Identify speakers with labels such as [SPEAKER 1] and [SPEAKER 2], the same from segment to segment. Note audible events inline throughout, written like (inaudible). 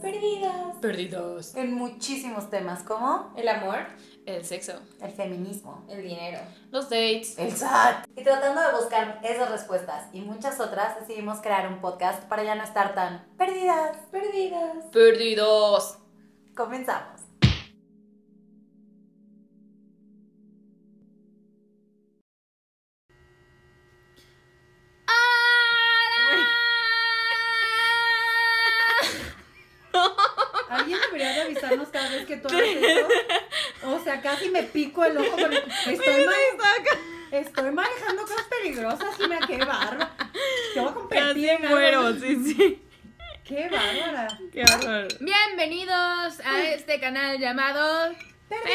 [SPEAKER 1] perdidas
[SPEAKER 2] Perdidos.
[SPEAKER 1] en muchísimos temas como
[SPEAKER 3] El amor,
[SPEAKER 2] El sexo.
[SPEAKER 1] el feminismo,
[SPEAKER 3] el dinero.
[SPEAKER 2] Los dates.
[SPEAKER 1] el SAT. Y tratando de buscar esas respuestas y muchas otras, decidimos crear un podcast para ya no estar tan perdidas, perdidas.
[SPEAKER 2] Perdidos.
[SPEAKER 1] Comenzamos.
[SPEAKER 4] Alguien debería de avisarnos cada vez que tú haces eso. O sea, casi me pico el ojo
[SPEAKER 2] (laughs)
[SPEAKER 4] con el- Estoy, ma- estoy manejando cosas peligrosas, y me qué bárbara. Te voy a competir en algo.
[SPEAKER 2] sí, sí.
[SPEAKER 4] Qué bárbara.
[SPEAKER 2] Qué horror.
[SPEAKER 3] Bienvenidos a este canal llamado
[SPEAKER 4] Perdidas.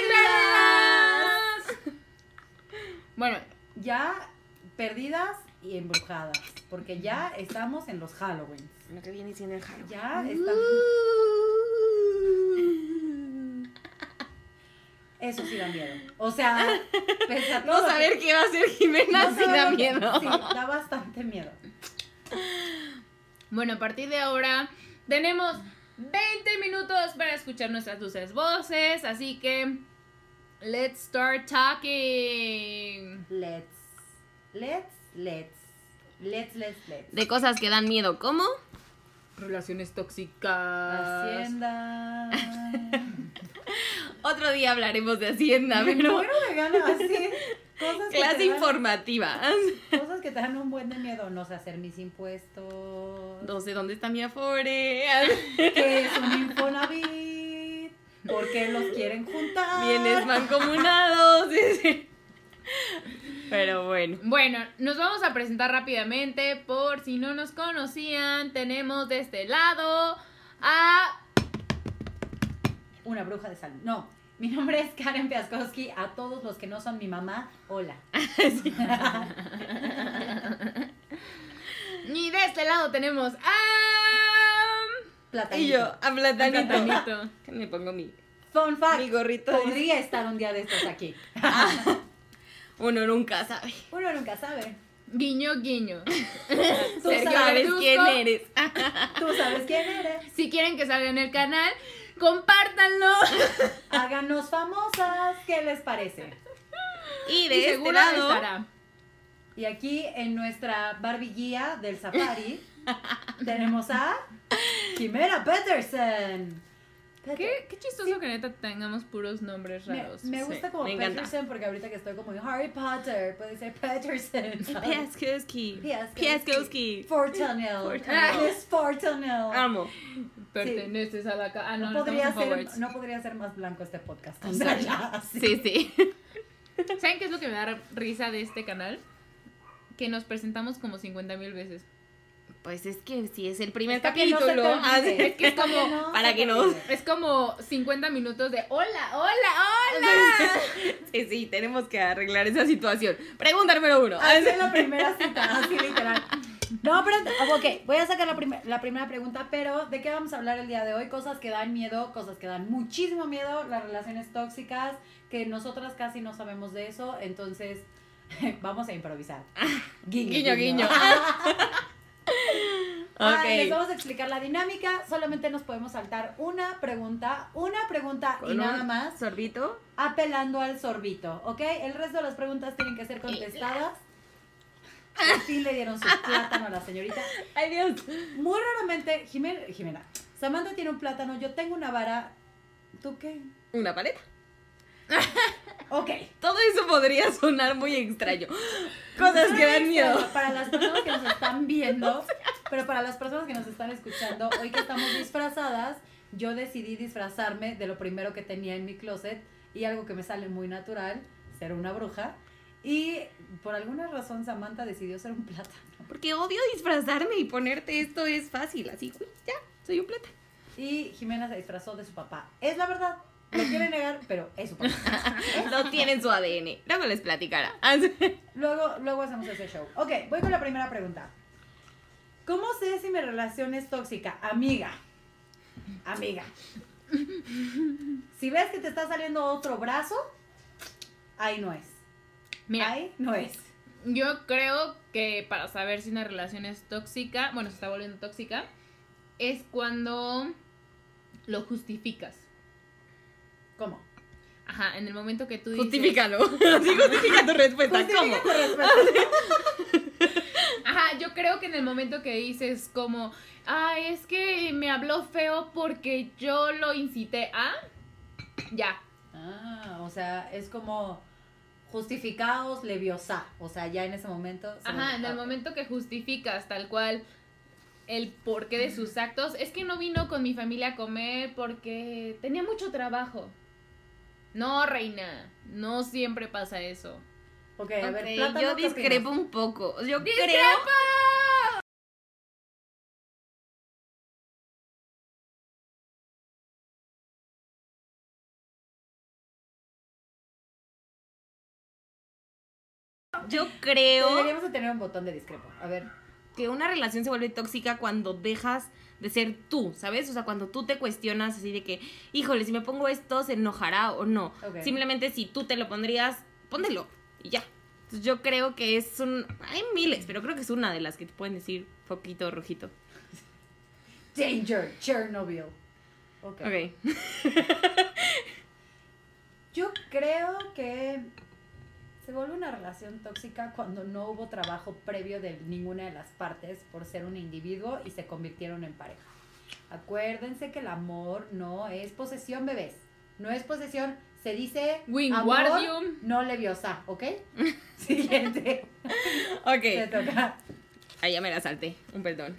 [SPEAKER 3] Bueno,
[SPEAKER 4] Ya perdidas y embrujadas. Porque ya estamos en los Halloween.
[SPEAKER 2] Lo que viene siendo el Halloween.
[SPEAKER 4] Ya
[SPEAKER 2] (laughs)
[SPEAKER 4] estamos. Eso sí da miedo. O sea, pese a
[SPEAKER 2] No
[SPEAKER 4] todo
[SPEAKER 2] saber qué va a hacer Jimena
[SPEAKER 4] no
[SPEAKER 2] sí
[SPEAKER 4] saber
[SPEAKER 2] da
[SPEAKER 4] lo que-
[SPEAKER 2] miedo.
[SPEAKER 4] Sí, (laughs) da bastante miedo.
[SPEAKER 3] Bueno, a partir de ahora tenemos 20 minutos para escuchar nuestras dulces voces, así que let's start talking.
[SPEAKER 4] Let's, let's, let's, let's, let's, let's.
[SPEAKER 2] De cosas que dan miedo, ¿cómo? Relaciones tóxicas.
[SPEAKER 4] Hacienda. (laughs)
[SPEAKER 2] Otro día hablaremos de
[SPEAKER 3] (laughs)
[SPEAKER 2] Hacienda,
[SPEAKER 4] Me
[SPEAKER 2] pero
[SPEAKER 4] muero de ganas, así. Cosas que,
[SPEAKER 2] clase
[SPEAKER 4] te dan,
[SPEAKER 2] informativa.
[SPEAKER 4] cosas que te dan un buen de miedo, no sé, hacer mis impuestos.
[SPEAKER 2] No sé dónde está mi afore.
[SPEAKER 4] (laughs) ¿Qué es un Infonavit? ¿Por qué los quieren juntar?
[SPEAKER 2] Bienes mancomunados. sí, sí. Pero bueno.
[SPEAKER 3] Bueno, nos vamos a presentar rápidamente por si no nos conocían. Tenemos de este lado a...
[SPEAKER 4] Una bruja de sal. No, mi nombre es Karen Piaskowski. A todos los que no son mi mamá, hola.
[SPEAKER 3] Y de este lado tenemos a...
[SPEAKER 4] Platanito.
[SPEAKER 2] Y yo, a platanito.
[SPEAKER 3] Platanito.
[SPEAKER 2] (laughs) Me pongo mi,
[SPEAKER 4] Fun
[SPEAKER 2] mi
[SPEAKER 4] fact.
[SPEAKER 2] gorrito. de-
[SPEAKER 4] Podría estar un día de estos
[SPEAKER 2] (laughs)
[SPEAKER 4] aquí.
[SPEAKER 2] Uno nunca sabe.
[SPEAKER 4] Uno nunca sabe.
[SPEAKER 3] Guiño,
[SPEAKER 2] (laughs)
[SPEAKER 3] guiño.
[SPEAKER 4] Tú
[SPEAKER 2] Sergio,
[SPEAKER 4] sabes,
[SPEAKER 2] ¿sabes quién
[SPEAKER 3] Verduzco.
[SPEAKER 2] eres?
[SPEAKER 4] tú sabes quién eres.
[SPEAKER 3] Si quieren que salga en el canal, compártanlo.
[SPEAKER 4] Háganos famosas, ¿qué les parece?
[SPEAKER 3] (laughs)
[SPEAKER 2] Y
[SPEAKER 3] Y
[SPEAKER 2] de este
[SPEAKER 3] seguro
[SPEAKER 2] lado,
[SPEAKER 3] estará.
[SPEAKER 4] Y aquí en nuestra Barbie guía del
[SPEAKER 2] (laughs)
[SPEAKER 4] safari tenemos a Jimena Peterson.
[SPEAKER 3] ¿Qué, qué chistoso que neta tengamos puros nombres
[SPEAKER 4] Me,
[SPEAKER 3] raros.
[SPEAKER 4] me
[SPEAKER 2] Sí,
[SPEAKER 4] gusta como
[SPEAKER 2] me encanta.
[SPEAKER 4] Peterson porque ahorita que estoy como en Harry Potter, puede ser Peterson.
[SPEAKER 2] Piaskowski.
[SPEAKER 4] Piaskowski.
[SPEAKER 2] Piaskowski.
[SPEAKER 4] Fortunel.
[SPEAKER 2] Fortunel.
[SPEAKER 4] Miss Fortunel.
[SPEAKER 2] Amo.
[SPEAKER 3] Perteneces a la casa. Ah, no,
[SPEAKER 4] No
[SPEAKER 3] no
[SPEAKER 4] podría,
[SPEAKER 3] estamos en
[SPEAKER 4] ser,
[SPEAKER 3] Hogwarts.
[SPEAKER 4] no podría ser más blanco este podcast. O sea, ya, (laughs) sí.
[SPEAKER 2] Sí, sí.
[SPEAKER 3] ¿Saben qué es lo que me da risa de este canal? Que nos presentamos como 50 mil veces.
[SPEAKER 2] Pues es que si es el primer
[SPEAKER 4] Para que no se te
[SPEAKER 2] capítulo, así
[SPEAKER 4] olvide.
[SPEAKER 2] es que es
[SPEAKER 3] (laughs)
[SPEAKER 2] como para
[SPEAKER 4] se
[SPEAKER 2] que
[SPEAKER 4] te
[SPEAKER 2] no.
[SPEAKER 4] olvide.
[SPEAKER 3] Es como 50 minutos de hola, hola, hola.
[SPEAKER 2] Sí, sí, tenemos que arreglar esa situación. Pregunta número uno.
[SPEAKER 4] Así en Ah, la primera cita, así literal. No, pero, ok, voy a sacar la, prim- la primera pregunta, pero ¿de qué vamos a hablar el día de hoy? Cosas que dan miedo, cosas que dan muchísimo miedo, las relaciones tóxicas, que nosotras casi no sabemos de eso, entonces (laughs) vamos a improvisar.
[SPEAKER 2] Ah, Guiño,
[SPEAKER 4] (laughs)
[SPEAKER 2] guiño.
[SPEAKER 4] Ah, les
[SPEAKER 2] Ok.
[SPEAKER 4] vamos a explicar la dinámica, solamente nos podemos saltar una pregunta, una pregunta y
[SPEAKER 2] Con
[SPEAKER 4] nada
[SPEAKER 2] un
[SPEAKER 4] más,
[SPEAKER 2] Sorbito.
[SPEAKER 4] apelando al sorbito, ¿ok? El resto de las preguntas tienen que ser contestadas.
[SPEAKER 2] Eh,
[SPEAKER 4] Por fin le
[SPEAKER 2] (laughs)
[SPEAKER 4] dieron su plátano a la señorita.
[SPEAKER 2] Ay, Dios.
[SPEAKER 4] Muy raramente, Jimena, Jimena, Samantha tiene un plátano, yo tengo una vara. ¿Tú qué?
[SPEAKER 2] Una paleta.
[SPEAKER 4] Ok.
[SPEAKER 2] Todo eso podría sonar muy extraño. Cosas que dan miedo.
[SPEAKER 4] Para las personas que nos
[SPEAKER 2] (laughs)
[SPEAKER 4] están viendo, pero para las personas que nos están escuchando, hoy que estamos disfrazadas, yo decidí disfrazarme de lo primero que tenía en mi closet y algo que me sale muy natural, ser una bruja. Y por alguna razón Samantha decidió ser un plátano.
[SPEAKER 2] Porque odio disfrazarme y ponerte esto es fácil. Así, uy, ya, soy un plata.
[SPEAKER 4] Y Jimena se disfrazó de su papá. Es la verdad. Lo quiere negar, pero es su
[SPEAKER 2] (laughs)
[SPEAKER 4] papá.
[SPEAKER 2] Lo tiene en su ADN. Luego les platicará.
[SPEAKER 4] (laughs) Luego, luego hacemos ese show. Ok, voy con la primera pregunta. ¿Cómo sé si mi relación es tóxica? Amiga. Amiga. Si ves que te está saliendo otro brazo, ahí no es.
[SPEAKER 3] Mira,
[SPEAKER 4] Ahí no es.
[SPEAKER 3] yo creo que para saber si una relación es tóxica, bueno, se está volviendo tóxica, es cuando lo justificas.
[SPEAKER 4] ¿Cómo?
[SPEAKER 3] Ajá, en el momento que tú dices.
[SPEAKER 2] Justifícalo. (laughs) Sí, justifica tu
[SPEAKER 4] Pues
[SPEAKER 2] respuesta. ¿Cómo?
[SPEAKER 4] Justifica tu respuesta.
[SPEAKER 3] Ajá, yo creo que en el momento que dices como, ay, es que me habló feo porque yo lo incité a. Ya.
[SPEAKER 4] Ah, o sea, es como justificados leviosa. O sea, ya en ese momento. se
[SPEAKER 3] Ajá,
[SPEAKER 4] lo-
[SPEAKER 3] en el
[SPEAKER 4] ah,
[SPEAKER 3] momento que justificas tal cual el porqué de sus actos. Es que no vino con mi familia a comer porque tenía mucho trabajo. No, reina, no siempre pasa eso.
[SPEAKER 4] Ok, a ver,
[SPEAKER 2] Ok,
[SPEAKER 4] plátano,
[SPEAKER 2] yo
[SPEAKER 4] ¿qué opinas?
[SPEAKER 2] discrepo un poco. Yo creo. Yo creo
[SPEAKER 4] Deberíamos de tener un botón de discrepo. A ver.
[SPEAKER 2] que una relación se vuelve tóxica cuando dejas de ser tú, ¿sabes? O sea, cuando tú te cuestionas así de que, híjole, si me pongo esto, se enojará o no.
[SPEAKER 4] Ok.
[SPEAKER 2] Simplemente si tú te lo pondrías, póndelo y ya. Entonces, yo creo que es un... Hay miles, pero creo que es una de las que te pueden decir poquito rojito.
[SPEAKER 4] Danger, Chernobyl. Ok.
[SPEAKER 2] Ok.
[SPEAKER 4] Yo creo que se vuelve una relación tóxica cuando no hubo trabajo previo de ninguna de las partes por ser un individuo y se convirtieron en pareja. Acuérdense que el amor no es posesión, bebés. No es posesión. Se dice amor,
[SPEAKER 3] Wingardium.
[SPEAKER 4] no leviosa,
[SPEAKER 2] (laughs)
[SPEAKER 4] ¿ok? Siguiente. Te
[SPEAKER 2] Ok.
[SPEAKER 4] toca.
[SPEAKER 2] Ahí ya me la salté. Un perdón.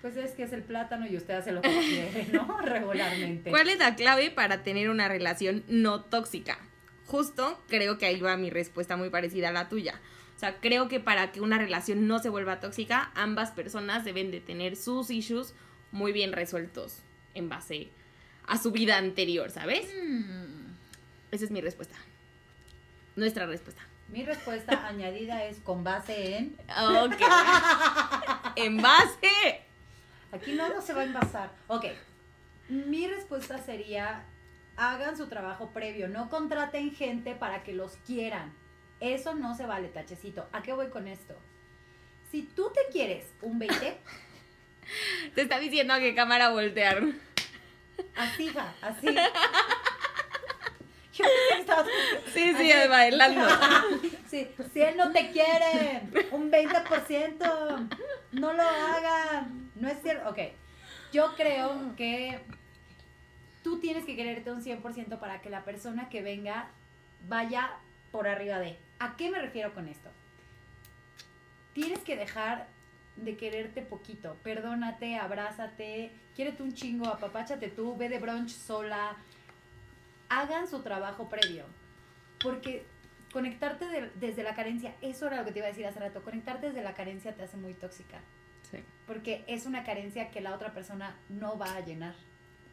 [SPEAKER 4] Pues es que es el plátano y usted hace lo que quiere, ¿no? (laughs) Regularmente.
[SPEAKER 2] ¿Cuál es la clave para tener una relación no tóxica? Justo creo que ahí va mi respuesta muy parecida a la tuya. O sea, creo que para que una relación no se vuelva tóxica, ambas personas deben de tener sus issues muy bien resueltos en base a su vida anterior, ¿sabes?
[SPEAKER 3] Mm.
[SPEAKER 2] Esa es mi respuesta. Nuestra respuesta.
[SPEAKER 4] Mi respuesta añadida es con
[SPEAKER 2] (laughs)
[SPEAKER 4] base en
[SPEAKER 2] Ok. (laughs) en base.
[SPEAKER 4] Aquí nada se va a envasar. Ok. Mi respuesta sería, hagan su trabajo previo, no contraten gente para que los quieran. Eso no se vale, tachecito. ¿A qué voy con esto? Si tú te quieres un 20,
[SPEAKER 2] Te está diciendo a qué cámara voltear.
[SPEAKER 4] así, ja, así. Yo pensé que estabas-
[SPEAKER 2] Sí, sí,
[SPEAKER 4] Así.
[SPEAKER 2] bailando.
[SPEAKER 4] (laughs) Sí, si él no te quiere, un 20%, no lo hagan. No es cierto. Ok, yo creo que tú tienes que quererte un 100% para que la persona que venga vaya por arriba de. ¿A qué me refiero con esto? Tienes que dejar de quererte poquito. Perdónate, abrázate, quiérete un chingo, apapáchate tú, ve de brunch sola. Hagan su trabajo previo. Porque conectarte de- desde la carencia, eso era lo que te iba a decir hace rato, conectarte desde la carencia te hace muy tóxica,
[SPEAKER 2] Sí.
[SPEAKER 4] porque es una carencia que la otra persona no va a llenar.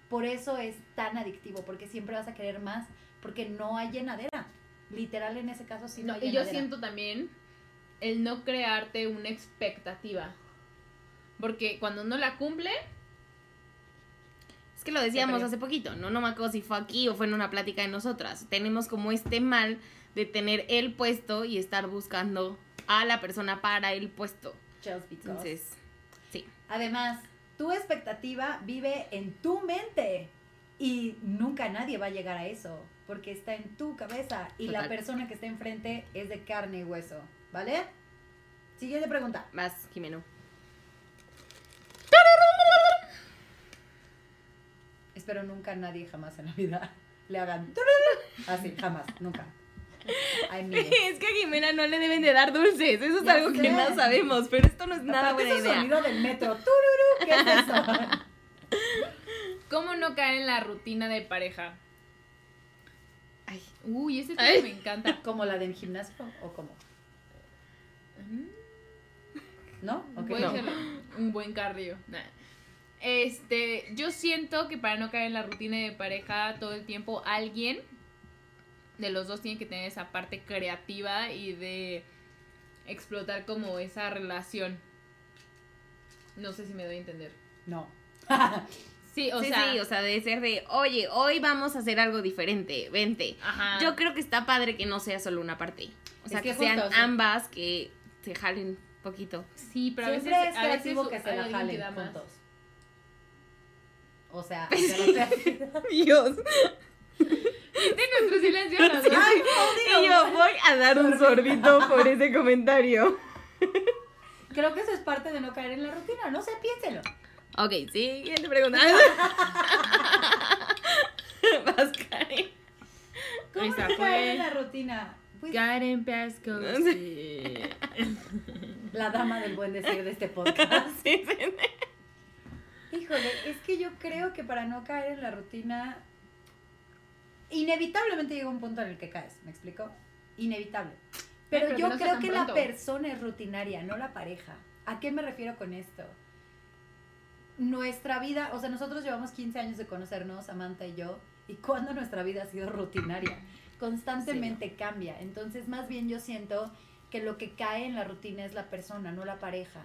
[SPEAKER 4] Por eso es tan adictivo, porque siempre vas a querer más, porque no hay llenadera. Literal en ese caso sí no,
[SPEAKER 3] No,
[SPEAKER 4] hay
[SPEAKER 3] y yo
[SPEAKER 4] llenadera.
[SPEAKER 3] siento también el no crearte una expectativa. Porque cuando no la cumple,
[SPEAKER 2] Es que lo decíamos
[SPEAKER 3] perdió.
[SPEAKER 2] hace poquito, ¿no? No me acuerdo si fue aquí o fue en una plática de nosotras. Tenemos como este mal de tener el puesto y estar buscando a la persona para el puesto.
[SPEAKER 4] Just because.
[SPEAKER 2] Entonces, sí.
[SPEAKER 4] Además, tu expectativa vive en tu mente y nunca nadie va a llegar a eso, porque está en tu cabeza y la
[SPEAKER 2] Total.
[SPEAKER 4] persona que está enfrente es de carne y hueso, ¿vale? Siguiente pregunta.
[SPEAKER 2] Vas, Jimeno.
[SPEAKER 4] Espero nunca nadie jamás en la vida le
[SPEAKER 3] (laughs)
[SPEAKER 4] hagan así, jamás, nunca. Ay,
[SPEAKER 3] (laughs)
[SPEAKER 4] mire.
[SPEAKER 2] Es que a Jimena no le deben de dar dulces. Eso es
[SPEAKER 4] Ya
[SPEAKER 2] algo que
[SPEAKER 4] sé.
[SPEAKER 2] no sabemos, pero esto no es nada
[SPEAKER 4] Aparte,
[SPEAKER 2] buena
[SPEAKER 4] ese
[SPEAKER 2] idea.
[SPEAKER 4] sonido del metro. tururú, ¿Qué es
[SPEAKER 3] (laughs)
[SPEAKER 4] eso?
[SPEAKER 3] ¿cómo no caer en la rutina de pareja?
[SPEAKER 2] Ay.
[SPEAKER 3] Uy, ese tema
[SPEAKER 2] Ay.
[SPEAKER 3] me
[SPEAKER 2] (laughs)
[SPEAKER 3] encanta.
[SPEAKER 4] ¿Como la del gimnasio o cómo? ¿No?
[SPEAKER 3] Un
[SPEAKER 4] Ok.
[SPEAKER 3] buen,
[SPEAKER 2] No.
[SPEAKER 3] gel- un buen cardio. Nah. Este, yo siento que para no caer en la rutina de pareja todo el tiempo, alguien de los dos tiene que tener esa parte creativa y de explotar como esa relación. No sé si me doy a entender.
[SPEAKER 4] No.
[SPEAKER 3] Sí, o
[SPEAKER 2] sí,
[SPEAKER 3] sea.
[SPEAKER 2] sí, o sea, de ser de, oye, hoy vamos a hacer algo diferente, vente.
[SPEAKER 3] ajá.
[SPEAKER 2] Yo creo que está padre que no sea solo una parte. O
[SPEAKER 4] Es
[SPEAKER 2] sea,
[SPEAKER 4] que
[SPEAKER 2] Ah. que,
[SPEAKER 4] justo,
[SPEAKER 2] sean
[SPEAKER 4] sí.
[SPEAKER 2] ambas que se jalen poquito.
[SPEAKER 3] Sí, pero a veces,
[SPEAKER 4] Siempre es
[SPEAKER 3] a veces
[SPEAKER 4] creativo que
[SPEAKER 3] hay (laughs)
[SPEAKER 4] se la
[SPEAKER 3] alguien que da
[SPEAKER 4] jalen
[SPEAKER 3] más.
[SPEAKER 4] juntos. O sea, pero te-
[SPEAKER 2] (laughs) Dios.
[SPEAKER 3] De nuestro silencio las dos.
[SPEAKER 2] Y yo voy a dar un sorbito por ese comentario.
[SPEAKER 4] creo que eso es parte de no caer en la rutina. No sé, piénselo.
[SPEAKER 2] Ok, siguiente pregunta. (laughs) Vas, Karen. Ah,
[SPEAKER 4] ¿Cómo
[SPEAKER 3] Esa
[SPEAKER 4] no caer
[SPEAKER 3] fue.
[SPEAKER 4] en la rutina? Pues,
[SPEAKER 3] Karen Pasco.
[SPEAKER 2] No
[SPEAKER 3] sí.
[SPEAKER 4] la dama del buen decir
[SPEAKER 3] (laughs)
[SPEAKER 4] de este podcast.
[SPEAKER 2] Sí, sí, sí.
[SPEAKER 4] Híjole, es que yo creo que para no caer en la rutina, inevitablemente llega un punto en el que caes, ¿me explico? Inevitable. Pero,
[SPEAKER 3] pero que
[SPEAKER 4] yo
[SPEAKER 3] no sea
[SPEAKER 4] creo
[SPEAKER 3] tan
[SPEAKER 4] que
[SPEAKER 3] pronto.
[SPEAKER 4] la persona es rutinaria, no la pareja. ¿A qué me refiero con esto? Nuestra vida, o sea, nosotros llevamos 15 años de conocernos, Samantha y yo, y cuando nuestra vida ha sido rutinaria, constantemente cambia. Entonces, más bien yo siento que lo que cae en la rutina es la persona, no la pareja.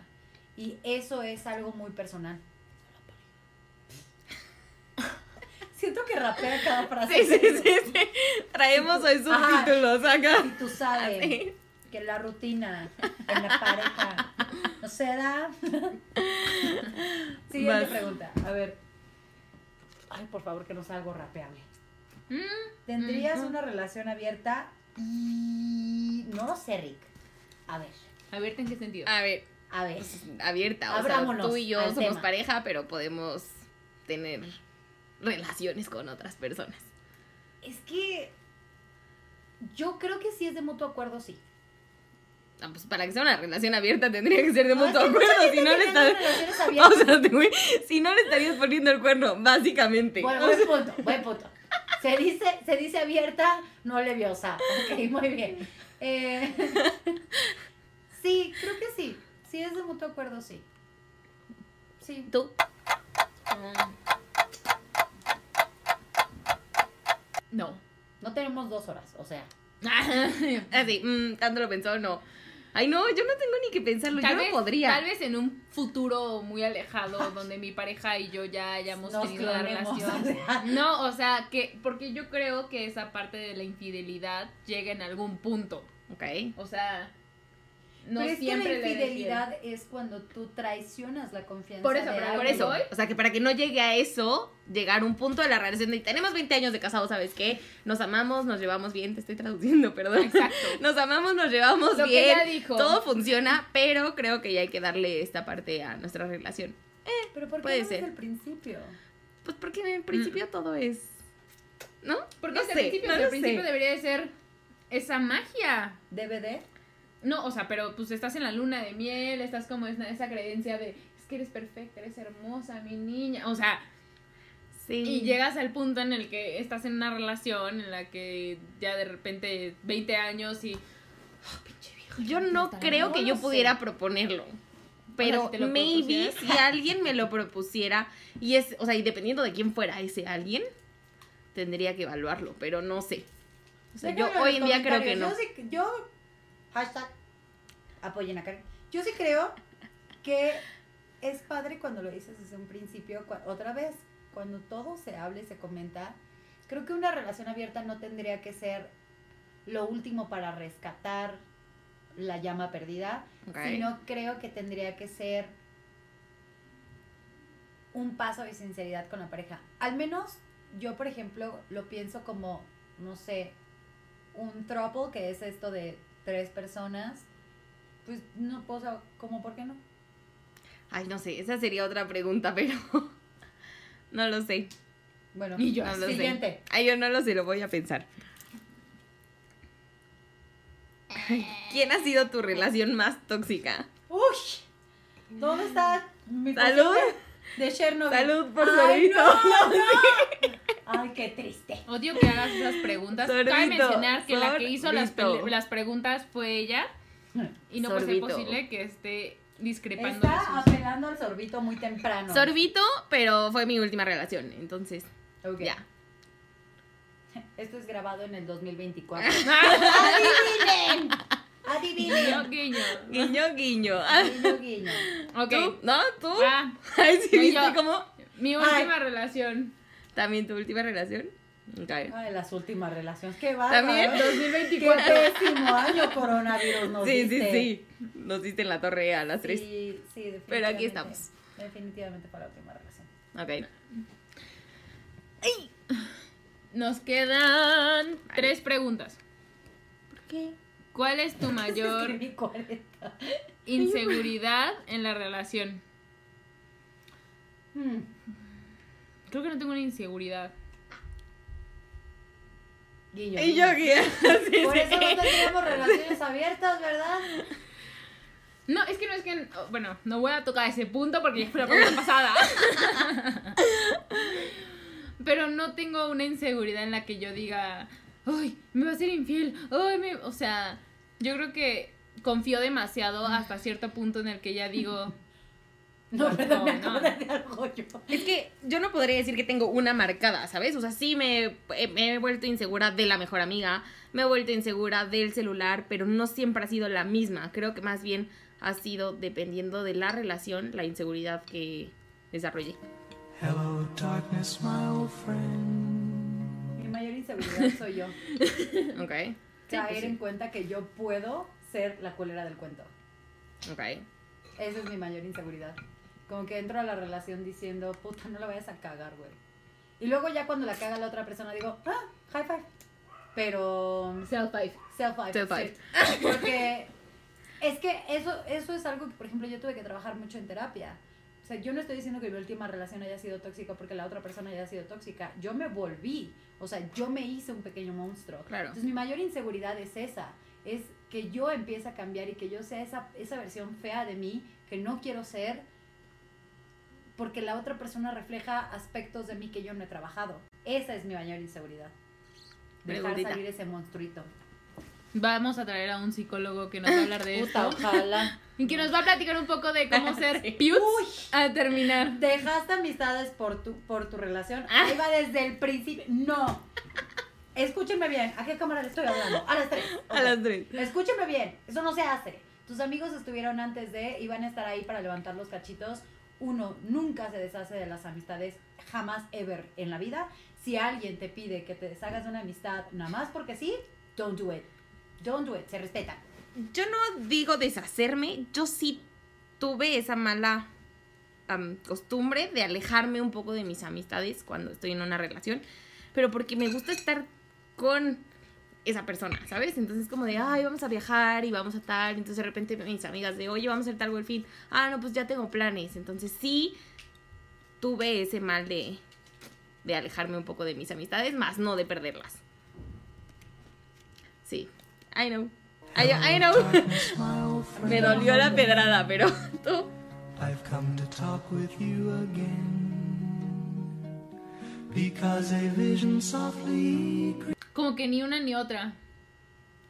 [SPEAKER 4] Y eso es algo muy personal. (laughs) Siento que rapea cada frase.
[SPEAKER 2] Sí, sí, sí, sí. Traemos hoy
[SPEAKER 4] Ajá.
[SPEAKER 2] subtítulos acá.
[SPEAKER 4] Y tú sabes
[SPEAKER 2] Sí.
[SPEAKER 4] que la rutina en la pareja no se da. Siguiente
[SPEAKER 2] Vas.
[SPEAKER 4] pregunta. A ver. Ay, por favor, que no sea algo rapeable.
[SPEAKER 3] Mm,
[SPEAKER 4] ¿Tendrías
[SPEAKER 3] Ujú.
[SPEAKER 4] una relación abierta? Y no lo sé, Rick. A ver,
[SPEAKER 3] A ver, ¿en qué sentido?
[SPEAKER 2] A ver,
[SPEAKER 4] a ver.
[SPEAKER 2] pues, abierta. O sea,
[SPEAKER 4] Abrámonos
[SPEAKER 2] tú y yo
[SPEAKER 4] al
[SPEAKER 2] somos
[SPEAKER 4] tema.
[SPEAKER 2] pareja, pero podemos tener relaciones con otras personas.
[SPEAKER 4] Es que yo creo que si es de mutuo acuerdo, sí.
[SPEAKER 2] Ah, pues para que sea una relación (laughs) abierta tendría que ser de
[SPEAKER 4] No, es
[SPEAKER 2] mutuo
[SPEAKER 4] que mucha
[SPEAKER 2] acuerdo.
[SPEAKER 4] gente
[SPEAKER 2] Si no, le
[SPEAKER 4] tiene
[SPEAKER 2] estás...
[SPEAKER 4] relaciones
[SPEAKER 2] o
[SPEAKER 4] abiertas.
[SPEAKER 2] sea, güey, si no le estarías poniendo el cuerno, básicamente.
[SPEAKER 4] Bueno, buen punto, buen punto. Se dice, se dice abierta, no leviosa. Ok, muy bien. Eh, sí, creo que sí. Si es de mutuo acuerdo, sí. Sí.
[SPEAKER 2] ¿Tú? (laughs)
[SPEAKER 3] No.
[SPEAKER 4] No tenemos dos horas, o sea.
[SPEAKER 2] Así, Ah, mm, tanto lo pensó, no. Ay, no, yo no tengo ni que pensarlo, yo no podría.
[SPEAKER 3] tal vez en un futuro muy
[SPEAKER 2] (laughs)
[SPEAKER 3] alejado donde mi pareja y yo ya hayamos
[SPEAKER 4] Nos
[SPEAKER 3] tenido una
[SPEAKER 4] clonemos, (laughs)
[SPEAKER 3] relación.
[SPEAKER 4] o sea.
[SPEAKER 3] No, o sea, que porque yo creo que esa parte de la infidelidad llega en algún punto.
[SPEAKER 2] Ok.
[SPEAKER 3] O sea, no
[SPEAKER 4] pero es que la
[SPEAKER 3] siempre le eres
[SPEAKER 4] infidelidad es cuando tú traicionas la confianza.
[SPEAKER 3] Por eso,
[SPEAKER 4] de
[SPEAKER 3] pero por
[SPEAKER 4] alguien.
[SPEAKER 3] eso.
[SPEAKER 2] O sea, que para que no llegue a eso, llegar a un punto de la relación de tenemos 20 años de casados, ¿sabes qué? Nos amamos, nos llevamos bien, te estoy traduciendo, (laughs)
[SPEAKER 3] fiel.
[SPEAKER 2] perdón.
[SPEAKER 3] Exacto.
[SPEAKER 2] Nos amamos, nos llevamos
[SPEAKER 3] Lo que
[SPEAKER 2] bien.
[SPEAKER 3] ella dijo.
[SPEAKER 2] Todo funciona, pero creo que ya hay que darle esta parte a nuestra relación.
[SPEAKER 4] Pero ¿por qué
[SPEAKER 2] Puede
[SPEAKER 4] no desde
[SPEAKER 2] ser.
[SPEAKER 4] el principio?
[SPEAKER 2] Pues porque en el principio todo es. ¿No?
[SPEAKER 3] Mm. Porque
[SPEAKER 2] no
[SPEAKER 3] desde
[SPEAKER 2] sé,
[SPEAKER 3] el principio,
[SPEAKER 2] no
[SPEAKER 3] desde
[SPEAKER 2] lo
[SPEAKER 3] el principio
[SPEAKER 2] sé.
[SPEAKER 3] debería de ser esa magia.
[SPEAKER 4] ¿DVD?
[SPEAKER 3] No, o sea, pero pues estás en la luna de miel, estás como en esa creencia de es que eres perfecta, eres hermosa, mi niña. O sea,
[SPEAKER 2] Sí.
[SPEAKER 3] Y llegas al punto en el que estás en una relación en la que ya de repente 20 años y... "Ah, pinche vieja,
[SPEAKER 2] Pues Yo
[SPEAKER 3] ya me
[SPEAKER 2] no
[SPEAKER 3] está
[SPEAKER 2] creo
[SPEAKER 3] dando".
[SPEAKER 2] que
[SPEAKER 4] no
[SPEAKER 2] yo
[SPEAKER 4] lo
[SPEAKER 2] pudiera
[SPEAKER 4] sé.
[SPEAKER 2] proponerlo. Pero
[SPEAKER 3] si te lo
[SPEAKER 2] maybe
[SPEAKER 3] propusieras.
[SPEAKER 2] si alguien me lo propusiera, y es, o sea, y dependiendo de quién fuera ese alguien, tendría que evaluarlo, pero no sé. O sea, yo
[SPEAKER 4] Déjalo
[SPEAKER 2] hoy
[SPEAKER 4] los
[SPEAKER 2] en día creo que no.
[SPEAKER 4] comentarios. Yo, sí- yo- hashtag, apoyen a Karen. Yo sí creo que es padre cuando lo dices desde un principio, cua- otra vez, cuando todo se habla y se comenta. Creo que una relación abierta no tendría que ser lo último para rescatar la llama perdida,
[SPEAKER 2] Ok.
[SPEAKER 4] sino creo que tendría que ser un paso de sinceridad con la pareja. Al menos yo, por ejemplo, lo pienso como, no sé, un trouble, que es esto de tres personas. Pues no, o sea, como, ¿por qué no?
[SPEAKER 2] Ay, no sé, esa sería otra pregunta, (laughs) pero no lo sé.
[SPEAKER 4] Bueno,
[SPEAKER 3] Y yo,
[SPEAKER 2] No lo sé.
[SPEAKER 4] siguiente.
[SPEAKER 2] Ay, yo no lo sé, lo voy a pensar. ¿Quién ha sido tu relación más tóxica?
[SPEAKER 4] ¡Uy! ¿Dónde está mi
[SPEAKER 2] Ah. Salud.
[SPEAKER 4] posición De Chernobyl.
[SPEAKER 2] Salud por
[SPEAKER 4] Ay,
[SPEAKER 2] sorbito.
[SPEAKER 4] Ay, qué triste.
[SPEAKER 3] Odio que hagas esas preguntas. Cabe
[SPEAKER 2] Sorbito,
[SPEAKER 3] mencionar que la que hizo las,
[SPEAKER 2] sorbito.
[SPEAKER 3] pele- las preguntas fue ella y no puede ser
[SPEAKER 2] Sorbito.
[SPEAKER 3] posible que esté discrepando. de
[SPEAKER 4] Está
[SPEAKER 3] sus-
[SPEAKER 4] apelando al sorbito muy temprano.
[SPEAKER 2] Sorbito, pero fue mi última relación, entonces
[SPEAKER 4] Ok.
[SPEAKER 2] ya.
[SPEAKER 4] Esto es grabado en el 2024.
[SPEAKER 3] (laughs) Ah,
[SPEAKER 4] ¡Adivinen! ¡Adivinen!
[SPEAKER 3] guiño, guiño.
[SPEAKER 2] Guiño, guiño. Ah,
[SPEAKER 4] Guiño, guiño.
[SPEAKER 3] Ok.
[SPEAKER 2] ¿Tú? ¿No? ¿Tú?
[SPEAKER 3] Ah,
[SPEAKER 2] (laughs) Ay, sí,
[SPEAKER 3] no,
[SPEAKER 2] ¿viste
[SPEAKER 3] yo.
[SPEAKER 2] cómo?
[SPEAKER 3] mi última relación.
[SPEAKER 2] ¿También tu última relación? Ok.
[SPEAKER 4] Ay, las últimas relaciones. ¡Qué bárbaro!
[SPEAKER 2] También.
[SPEAKER 4] ¡Qué
[SPEAKER 2] (laughs)
[SPEAKER 4] pésimo año coronavirus nos
[SPEAKER 2] Sí, sí,
[SPEAKER 4] diste.
[SPEAKER 2] sí. Nos diste en la torre a las tres.
[SPEAKER 4] Sí, sí, definitivamente.
[SPEAKER 2] Pero aquí estamos.
[SPEAKER 4] Definitivamente para la última relación.
[SPEAKER 2] Ok.
[SPEAKER 3] Nos quedan tres preguntas.
[SPEAKER 2] ¿Por qué?
[SPEAKER 3] ¿Cuál
[SPEAKER 4] (laughs)
[SPEAKER 3] es tu mayor
[SPEAKER 4] Escribí 40.
[SPEAKER 3] inseguridad en la relación?
[SPEAKER 2] Mm.
[SPEAKER 4] Hmm.
[SPEAKER 3] Creo que no tengo una inseguridad.
[SPEAKER 4] Guiño.
[SPEAKER 2] Y yo
[SPEAKER 4] guiño.
[SPEAKER 2] guía. (laughs) Sí,
[SPEAKER 4] Por
[SPEAKER 2] sí.
[SPEAKER 4] eso no
[SPEAKER 2] (laughs)
[SPEAKER 4] tendríamos relaciones abiertas, ¿verdad? (laughs)
[SPEAKER 3] No, es que no es que. oh, Bueno, no voy a tocar ese punto porque ya fue
[SPEAKER 4] (laughs)
[SPEAKER 3] la pregunta pasada. (laughs) Pero no tengo una inseguridad en la que yo diga, ¡ay, me va a ser infiel! ¡ay, me-". O sea, yo creo que confío demasiado hasta cierto punto en el que ya digo.
[SPEAKER 4] (laughs) No,
[SPEAKER 3] No,
[SPEAKER 4] perdón, me
[SPEAKER 3] no.
[SPEAKER 4] acabo de hacer algo yo.
[SPEAKER 2] Es que yo no podría decir que tengo una marcada, ¿sabes? O sea, sí me, eh, me he vuelto insegura de la mejor amiga, me he vuelto insegura del celular, pero no siempre ha sido la misma. Creo que más bien ha sido dependiendo de la relación, la inseguridad que desarrollé.
[SPEAKER 5] Hello, darkness, my old friend.
[SPEAKER 4] Mi mayor inseguridad soy yo.
[SPEAKER 2] Ok, pues
[SPEAKER 4] Caer en cuenta que yo puedo ser la culera del cuento.
[SPEAKER 2] ok.
[SPEAKER 4] Esa es mi mayor inseguridad. Como que entro a la relación diciendo, puta, no la vayas a cagar, güey. Y luego ya cuando la caga la otra persona digo, ah, high five. Pero
[SPEAKER 3] Self life.
[SPEAKER 4] Self five.
[SPEAKER 2] Self five.
[SPEAKER 4] sí. (laughs) Porque es que eso, eso es algo que, por ejemplo, yo tuve que trabajar mucho en terapia. O sea, yo no estoy diciendo que mi última relación haya sido tóxica porque la otra persona haya sido tóxica. Yo me volví. O sea, yo me hice un pequeño monstruo.
[SPEAKER 2] Claro.
[SPEAKER 4] Entonces, mi mayor inseguridad es esa. Es que yo empiece a cambiar y que yo sea esa, esa versión fea de mí que no quiero ser porque la otra persona refleja aspectos de mí que yo no he trabajado. Esa es mi mayor inseguridad. Dejar
[SPEAKER 2] Preguntita.
[SPEAKER 4] salir ese monstruito.
[SPEAKER 3] Vamos a traer a un psicólogo que nos va a
[SPEAKER 4] (laughs)
[SPEAKER 3] hablar de
[SPEAKER 4] Puta,
[SPEAKER 3] esto.
[SPEAKER 4] ojalá.
[SPEAKER 3] Y que nos va a platicar un poco de
[SPEAKER 4] (laughs)
[SPEAKER 3] cómo ser piuts al terminar.
[SPEAKER 4] Dejaste amistades por tu, por tu relación.
[SPEAKER 2] Ah.
[SPEAKER 4] Ahí va desde el principio. No. Escúchenme bien. ¿A qué cámara le estoy hablando? A las tres.
[SPEAKER 2] A las tres.
[SPEAKER 4] Escúchenme bien. Eso no se hace. Tus amigos estuvieron antes de y van a estar ahí para levantar los cachitos. Uno nunca se deshace de las amistades jamás ever en la vida. Si alguien te pide que te deshagas de una amistad nada más porque sí, don't do it. Don't do it. Se respeta.
[SPEAKER 2] Yo no digo deshacerme, yo sí tuve esa mala am, costumbre de alejarme un poco de mis amistades cuando estoy en una relación, pero porque me gusta estar con esa persona, ¿sabes? Entonces como de, ay, vamos a viajar y vamos a tal, entonces de repente mis amigas de, oye, vamos a hacer tal o el fin, ah, no, pues ya tengo planes, entonces sí tuve ese mal de, de alejarme un poco de mis amistades, más no de perderlas. Sí, I know. I, I
[SPEAKER 5] (laughs) Hello,
[SPEAKER 2] know. (laughs)
[SPEAKER 5] darkness, my old
[SPEAKER 2] Me
[SPEAKER 5] friend.
[SPEAKER 2] dolió la pedrada, pero (laughs) tú.
[SPEAKER 5] I've come to talk with you again. Because a vision softly
[SPEAKER 3] Como que ni una ni otra.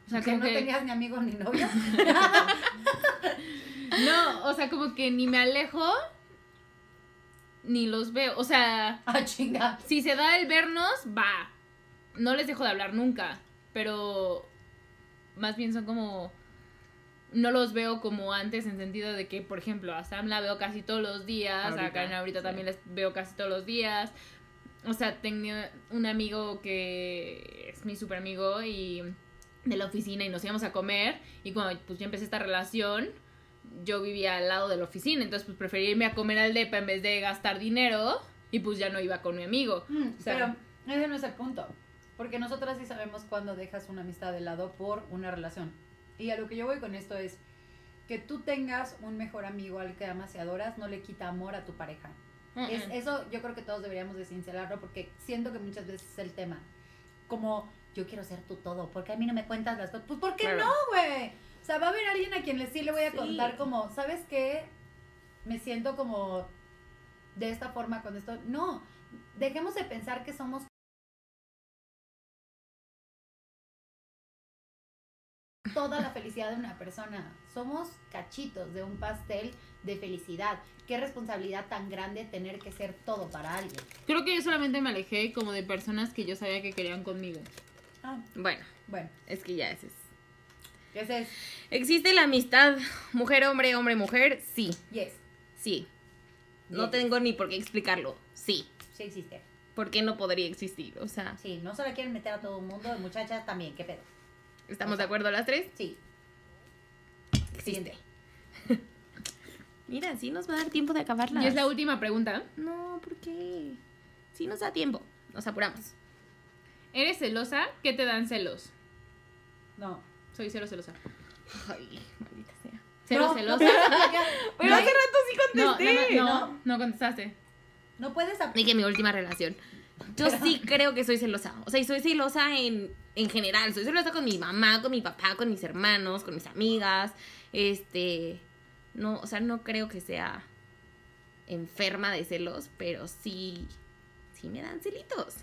[SPEAKER 3] O sea,
[SPEAKER 4] Que
[SPEAKER 3] como
[SPEAKER 4] no tenías ni amigos ni novios.
[SPEAKER 3] No, o sea, como que ni me alejo ni los veo. O sea,
[SPEAKER 4] (laughs) Ah, chinga.
[SPEAKER 3] si se da el vernos, va. No les dejo de hablar nunca. Pero más bien son como. No los veo como antes, en sentido de que, por ejemplo, a Sam la veo casi todos los días,
[SPEAKER 2] Ahorita,
[SPEAKER 3] a Karen ahorita
[SPEAKER 2] sí.
[SPEAKER 3] también les veo casi todos los días. O sea, tengo un amigo que es mi super amigo y de la oficina y nos íbamos a comer. Y cuando pues, yo empecé esta relación, yo vivía al lado de la oficina, entonces pues prefería irme a comer al depa en vez de gastar dinero y pues ya no iba con mi amigo.
[SPEAKER 4] Mm,
[SPEAKER 3] O
[SPEAKER 4] pero
[SPEAKER 3] sea-
[SPEAKER 4] ese no es el punto. Porque nosotras sí sabemos cuándo dejas una amistad de lado por una relación. Y a lo que yo voy con esto es que tú tengas un mejor amigo al que amas y adoras no le quita amor a tu pareja. Es, eso yo creo que todos deberíamos de sincerarlo porque siento que muchas veces es el tema. Como yo quiero ser tu todo, porque a mí no me cuentas las cosas. Pues ¿por qué
[SPEAKER 2] Claro.
[SPEAKER 4] no, güey? O sea, va a haber alguien a quien le sí le voy a
[SPEAKER 2] Sí.
[SPEAKER 4] contar como, ¿sabes qué? Me siento como de esta forma con esto. No, dejemos de pensar que somos toda la felicidad de una persona. Somos cachitos de un pastel de felicidad. Qué responsabilidad tan grande tener que ser todo para alguien.
[SPEAKER 3] Creo que yo solamente me alejé como de personas que yo sabía que querían conmigo.
[SPEAKER 4] Ah,
[SPEAKER 2] Bueno,
[SPEAKER 4] bueno,
[SPEAKER 2] es que ya ese es.
[SPEAKER 4] ese es
[SPEAKER 2] ¿Existe la amistad mujer-hombre, hombre-mujer? Sí,
[SPEAKER 4] yes,
[SPEAKER 2] sí. No
[SPEAKER 4] Yes.
[SPEAKER 2] tengo ni por qué explicarlo. Sí.
[SPEAKER 4] sí existe.
[SPEAKER 2] ¿Por qué no podría existir? O sea,
[SPEAKER 4] Sí, no se la quieren meter a todo el mundo, muchachas también, qué pedo.
[SPEAKER 2] ¿estamos de acuerdo las tres?
[SPEAKER 4] Sí,
[SPEAKER 2] Existe. Mira, sí nos va a dar tiempo de acabarla.
[SPEAKER 3] Y es la última pregunta.
[SPEAKER 2] No, ¿por qué? Sí nos da tiempo. Nos apuramos.
[SPEAKER 3] ¿Eres celosa? ¿Qué te dan celos?
[SPEAKER 4] No.
[SPEAKER 3] Soy cero celosa.
[SPEAKER 2] Ay, maldita sea.
[SPEAKER 3] ¿Cero
[SPEAKER 4] No,
[SPEAKER 3] celosa?
[SPEAKER 4] No, puedes aplicar-
[SPEAKER 2] (laughs) Pero hace rato sí
[SPEAKER 3] No,
[SPEAKER 2] contesté.
[SPEAKER 3] no, no, no contestaste.
[SPEAKER 4] no puedes aplicar.
[SPEAKER 2] Dije mi última relación. Yo sí creo que soy celosa. O sea, y soy celosa en, en general. Soy celosa con mi mamá, con mi papá, con mis hermanos, con mis amigas. Este. No, o sea, no creo que sea enferma de celos, pero sí. Sí me dan celitos.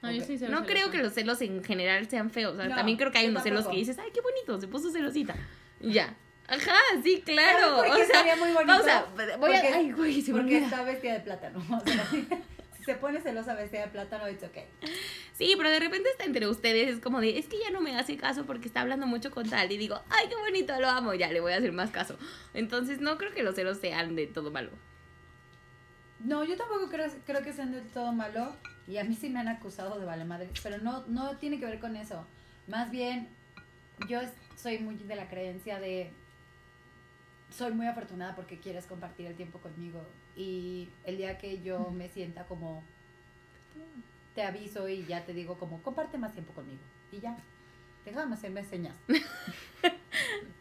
[SPEAKER 3] No, yo
[SPEAKER 4] Ok.
[SPEAKER 3] soy cero
[SPEAKER 2] No creo
[SPEAKER 3] celosa.
[SPEAKER 2] que los celos en general sean feos. O sea,
[SPEAKER 4] No,
[SPEAKER 2] también creo que hay
[SPEAKER 4] yo
[SPEAKER 2] unos celos
[SPEAKER 4] tampoco.
[SPEAKER 2] que dices, ay, qué bonito, se puso celosita. Y Ya. Ajá, sí,
[SPEAKER 4] ¿Sabes
[SPEAKER 2] claro.
[SPEAKER 4] por qué
[SPEAKER 2] O sea,
[SPEAKER 4] estaría muy bonito?
[SPEAKER 2] pausa. Voy a.
[SPEAKER 4] Porque-
[SPEAKER 2] Ay, güey, se me
[SPEAKER 4] Porque
[SPEAKER 2] olvida.
[SPEAKER 4] está vestida de plátano. O sea, (laughs) si se pone celosa vestida de plátano, it's okay.
[SPEAKER 2] Sí, pero de repente está entre ustedes, es como de, es que ya no me hace caso porque está hablando mucho con tal. Y digo, ay, qué bonito, lo amo, ya le voy a hacer más caso. Entonces, no creo que los celos sean de todo malo.
[SPEAKER 4] No, yo tampoco creo, creo que sean del todo malo. Y a mí sí me han acusado de vale madre. Pero no, no tiene que ver con eso. Más bien, yo es- soy muy de la creencia de. Soy muy afortunada porque quieres compartir el tiempo conmigo. Y el día que yo me sienta como. Te aviso y ya te digo, como, comparte más tiempo conmigo. Y ya. Déjame hacerme señas.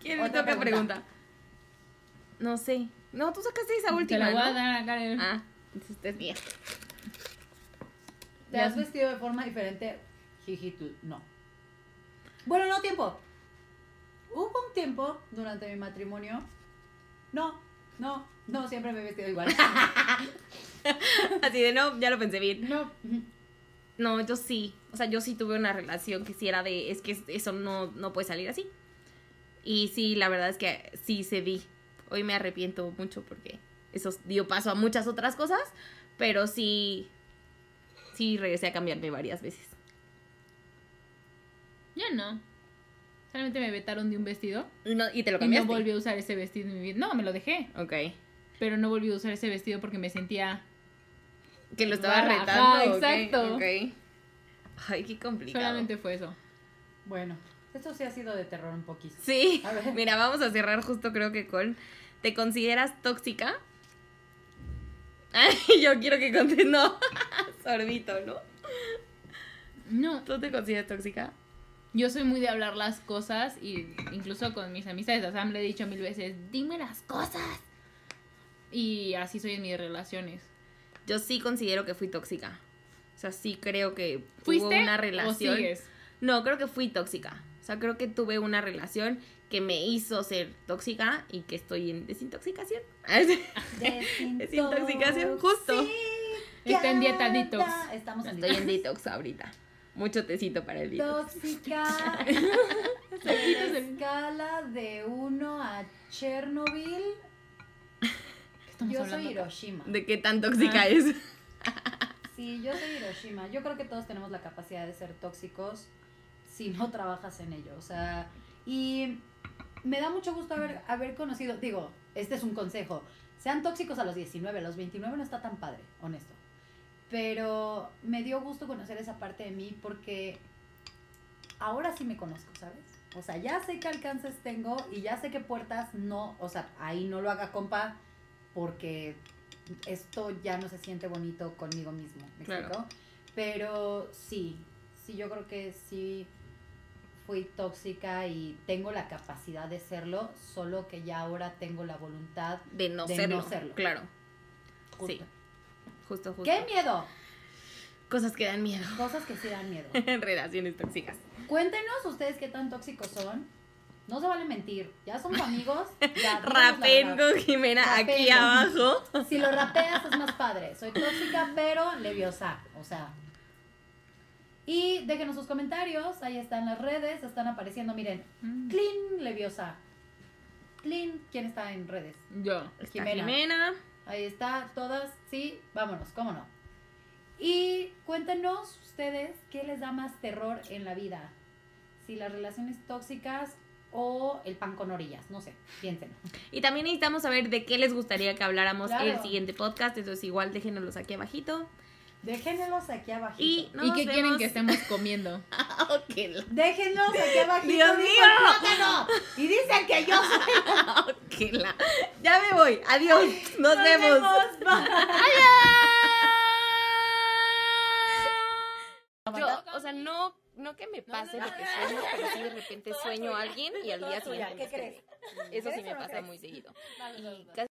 [SPEAKER 2] ¿Quién me
[SPEAKER 4] Otra
[SPEAKER 2] toca
[SPEAKER 4] pregunta.
[SPEAKER 2] pregunta? No sé. No, tú sacaste esa
[SPEAKER 3] Te
[SPEAKER 2] última.
[SPEAKER 3] la voy a
[SPEAKER 2] ¿no?
[SPEAKER 3] dar a Karen.
[SPEAKER 2] Ah, entonces esta es mía.
[SPEAKER 4] ¿Te has vestido de forma diferente? Jiji, tú no. Bueno, no tiempo. Hubo un tiempo durante mi matrimonio. No, no, no, siempre me he vestido igual.
[SPEAKER 2] Así de, no, ya lo pensé bien.
[SPEAKER 4] No.
[SPEAKER 2] No, yo sí. O sea, yo sí tuve una relación que sí era de, es que eso no, no puede salir así. Y sí, la verdad es que sí cedí. Hoy me arrepiento mucho porque eso dio paso a muchas otras cosas, pero sí, sí regresé a cambiarme varias veces.
[SPEAKER 3] Yo no. Solamente me vetaron de un vestido.
[SPEAKER 2] Y No, y te lo
[SPEAKER 3] Y no
[SPEAKER 2] cambiaste.
[SPEAKER 3] volví a usar ese vestido en mi vida. No, me lo dejé.
[SPEAKER 2] ok.
[SPEAKER 3] Pero no volví a usar ese vestido porque me sentía.
[SPEAKER 2] Que lo estaba
[SPEAKER 3] Ajá,
[SPEAKER 2] retando. ok,
[SPEAKER 3] exacto.
[SPEAKER 2] ok. Ay, qué complicado.
[SPEAKER 3] Solamente fue eso.
[SPEAKER 4] Bueno, esto sí ha sido de terror un poquito.
[SPEAKER 2] Sí.
[SPEAKER 4] A ver.
[SPEAKER 2] Mira, vamos a cerrar justo creo que con ¿Te consideras tóxica? Ay, (laughs) yo quiero que contes no. (laughs) Sorbito, ¿no?
[SPEAKER 3] No,
[SPEAKER 2] ¿Tú te consideras tóxica?
[SPEAKER 3] Yo soy muy de hablar las cosas y incluso con mis amistades de Sam le he dicho mil veces, dime las cosas. Y así soy en mis relaciones.
[SPEAKER 2] Yo sí considero que fui tóxica. O sea, sí creo que
[SPEAKER 3] ¿Fuiste
[SPEAKER 2] hubo una
[SPEAKER 3] o
[SPEAKER 2] relación.
[SPEAKER 3] sigues?
[SPEAKER 2] No, creo que fui tóxica. O sea, creo que tuve una relación que me hizo ser tóxica y que estoy en desintoxicación. (laughs) Desintoxicación, justo.
[SPEAKER 3] Está en dieta detox.
[SPEAKER 4] Estamos en
[SPEAKER 2] Estoy en
[SPEAKER 4] detox.
[SPEAKER 2] detox ahorita. Mucho tecito para el detox.
[SPEAKER 4] Tóxica. En la escala de 1 a Chernobyl,
[SPEAKER 3] ¿Qué estamos
[SPEAKER 4] yo soy
[SPEAKER 3] hablando?
[SPEAKER 4] Hiroshima.
[SPEAKER 2] ¿De qué tan tóxica
[SPEAKER 3] Ah.
[SPEAKER 2] es?
[SPEAKER 4] Sí, yo soy Hiroshima. Yo creo que todos tenemos la capacidad de ser tóxicos si no trabajas en ello. O sea, y me da mucho gusto haber, haber conocido, digo, este es un consejo, sean tóxicos a los 19, a los 29 no está tan padre, honesto. Pero me dio gusto conocer esa parte de mí porque ahora sí me conozco, ¿sabes? O sea, ya sé qué alcances tengo y ya sé qué puertas no, o sea, ahí no lo haga compa porque esto ya no se siente bonito conmigo mismo, ¿me
[SPEAKER 2] Claro.
[SPEAKER 4] explico? Pero sí, sí, yo creo que sí fui tóxica y tengo la capacidad de serlo, solo que ya ahora tengo la voluntad
[SPEAKER 2] De no
[SPEAKER 4] De no
[SPEAKER 2] serlo.
[SPEAKER 4] serlo.
[SPEAKER 2] Claro,
[SPEAKER 4] justo.
[SPEAKER 2] Sí, justo, justo.
[SPEAKER 4] ¡Qué miedo!
[SPEAKER 2] Cosas que dan miedo. (laughs)
[SPEAKER 4] Cosas que sí dan miedo.
[SPEAKER 2] Relaciones tóxicas.
[SPEAKER 4] Cuéntenos ustedes qué tan tóxicos son. No se vale mentir. Ya somos amigos. Ya, díganos la
[SPEAKER 2] Rapen
[SPEAKER 4] verdad.
[SPEAKER 2] con Jimena aquí
[SPEAKER 4] Rapen.
[SPEAKER 2] abajo.
[SPEAKER 4] Si lo rapeas es más padre. Soy tóxica, pero leviosa. O sea. Y déjenos sus comentarios. Ahí están las redes. Están apareciendo. Miren.
[SPEAKER 3] Mm.
[SPEAKER 4] Clean, leviosa. Clean. ¿Quién está en redes?
[SPEAKER 3] Yo.
[SPEAKER 2] Está
[SPEAKER 4] Jimena.
[SPEAKER 2] Jimena.
[SPEAKER 4] Ahí está, todas, sí, vámonos, cómo no. Y cuéntenos ustedes qué les da más terror en la vida. Si las relaciones tóxicas o el pan con orillas, no sé, piénsenlo.
[SPEAKER 2] Y también necesitamos saber de qué les gustaría que habláramos
[SPEAKER 4] Claro.
[SPEAKER 2] el siguiente podcast. Entonces, igual déjenoslos aquí abajito.
[SPEAKER 4] Déjenlos aquí abajito.
[SPEAKER 2] Y
[SPEAKER 3] ¿Y
[SPEAKER 2] nos
[SPEAKER 3] qué quieren
[SPEAKER 2] vemos-
[SPEAKER 3] que estemos comiendo?
[SPEAKER 2] (laughs) Ok, la-
[SPEAKER 4] Déjenlos
[SPEAKER 2] (laughs)
[SPEAKER 4] aquí abajito.
[SPEAKER 2] Dios
[SPEAKER 4] dijo
[SPEAKER 2] mío.
[SPEAKER 4] el plátano. Y dicen que yo soy.
[SPEAKER 2] ok, la- Ya me voy. Adiós. Nos, vemos.
[SPEAKER 4] Bye.
[SPEAKER 2] Bye. o sea, no, no que me pase lo que sueño, pero sí de repente sueño a alguien (laughs) y al día
[SPEAKER 4] Toda tuya, ¿Qué
[SPEAKER 2] siguiente.
[SPEAKER 4] crees?
[SPEAKER 2] Eso
[SPEAKER 4] ¿Crees o
[SPEAKER 2] sí me
[SPEAKER 4] no
[SPEAKER 2] pasa
[SPEAKER 4] crees?
[SPEAKER 2] muy seguido.
[SPEAKER 6] Vas, vas,
[SPEAKER 2] Y
[SPEAKER 6] vas.
[SPEAKER 2] casi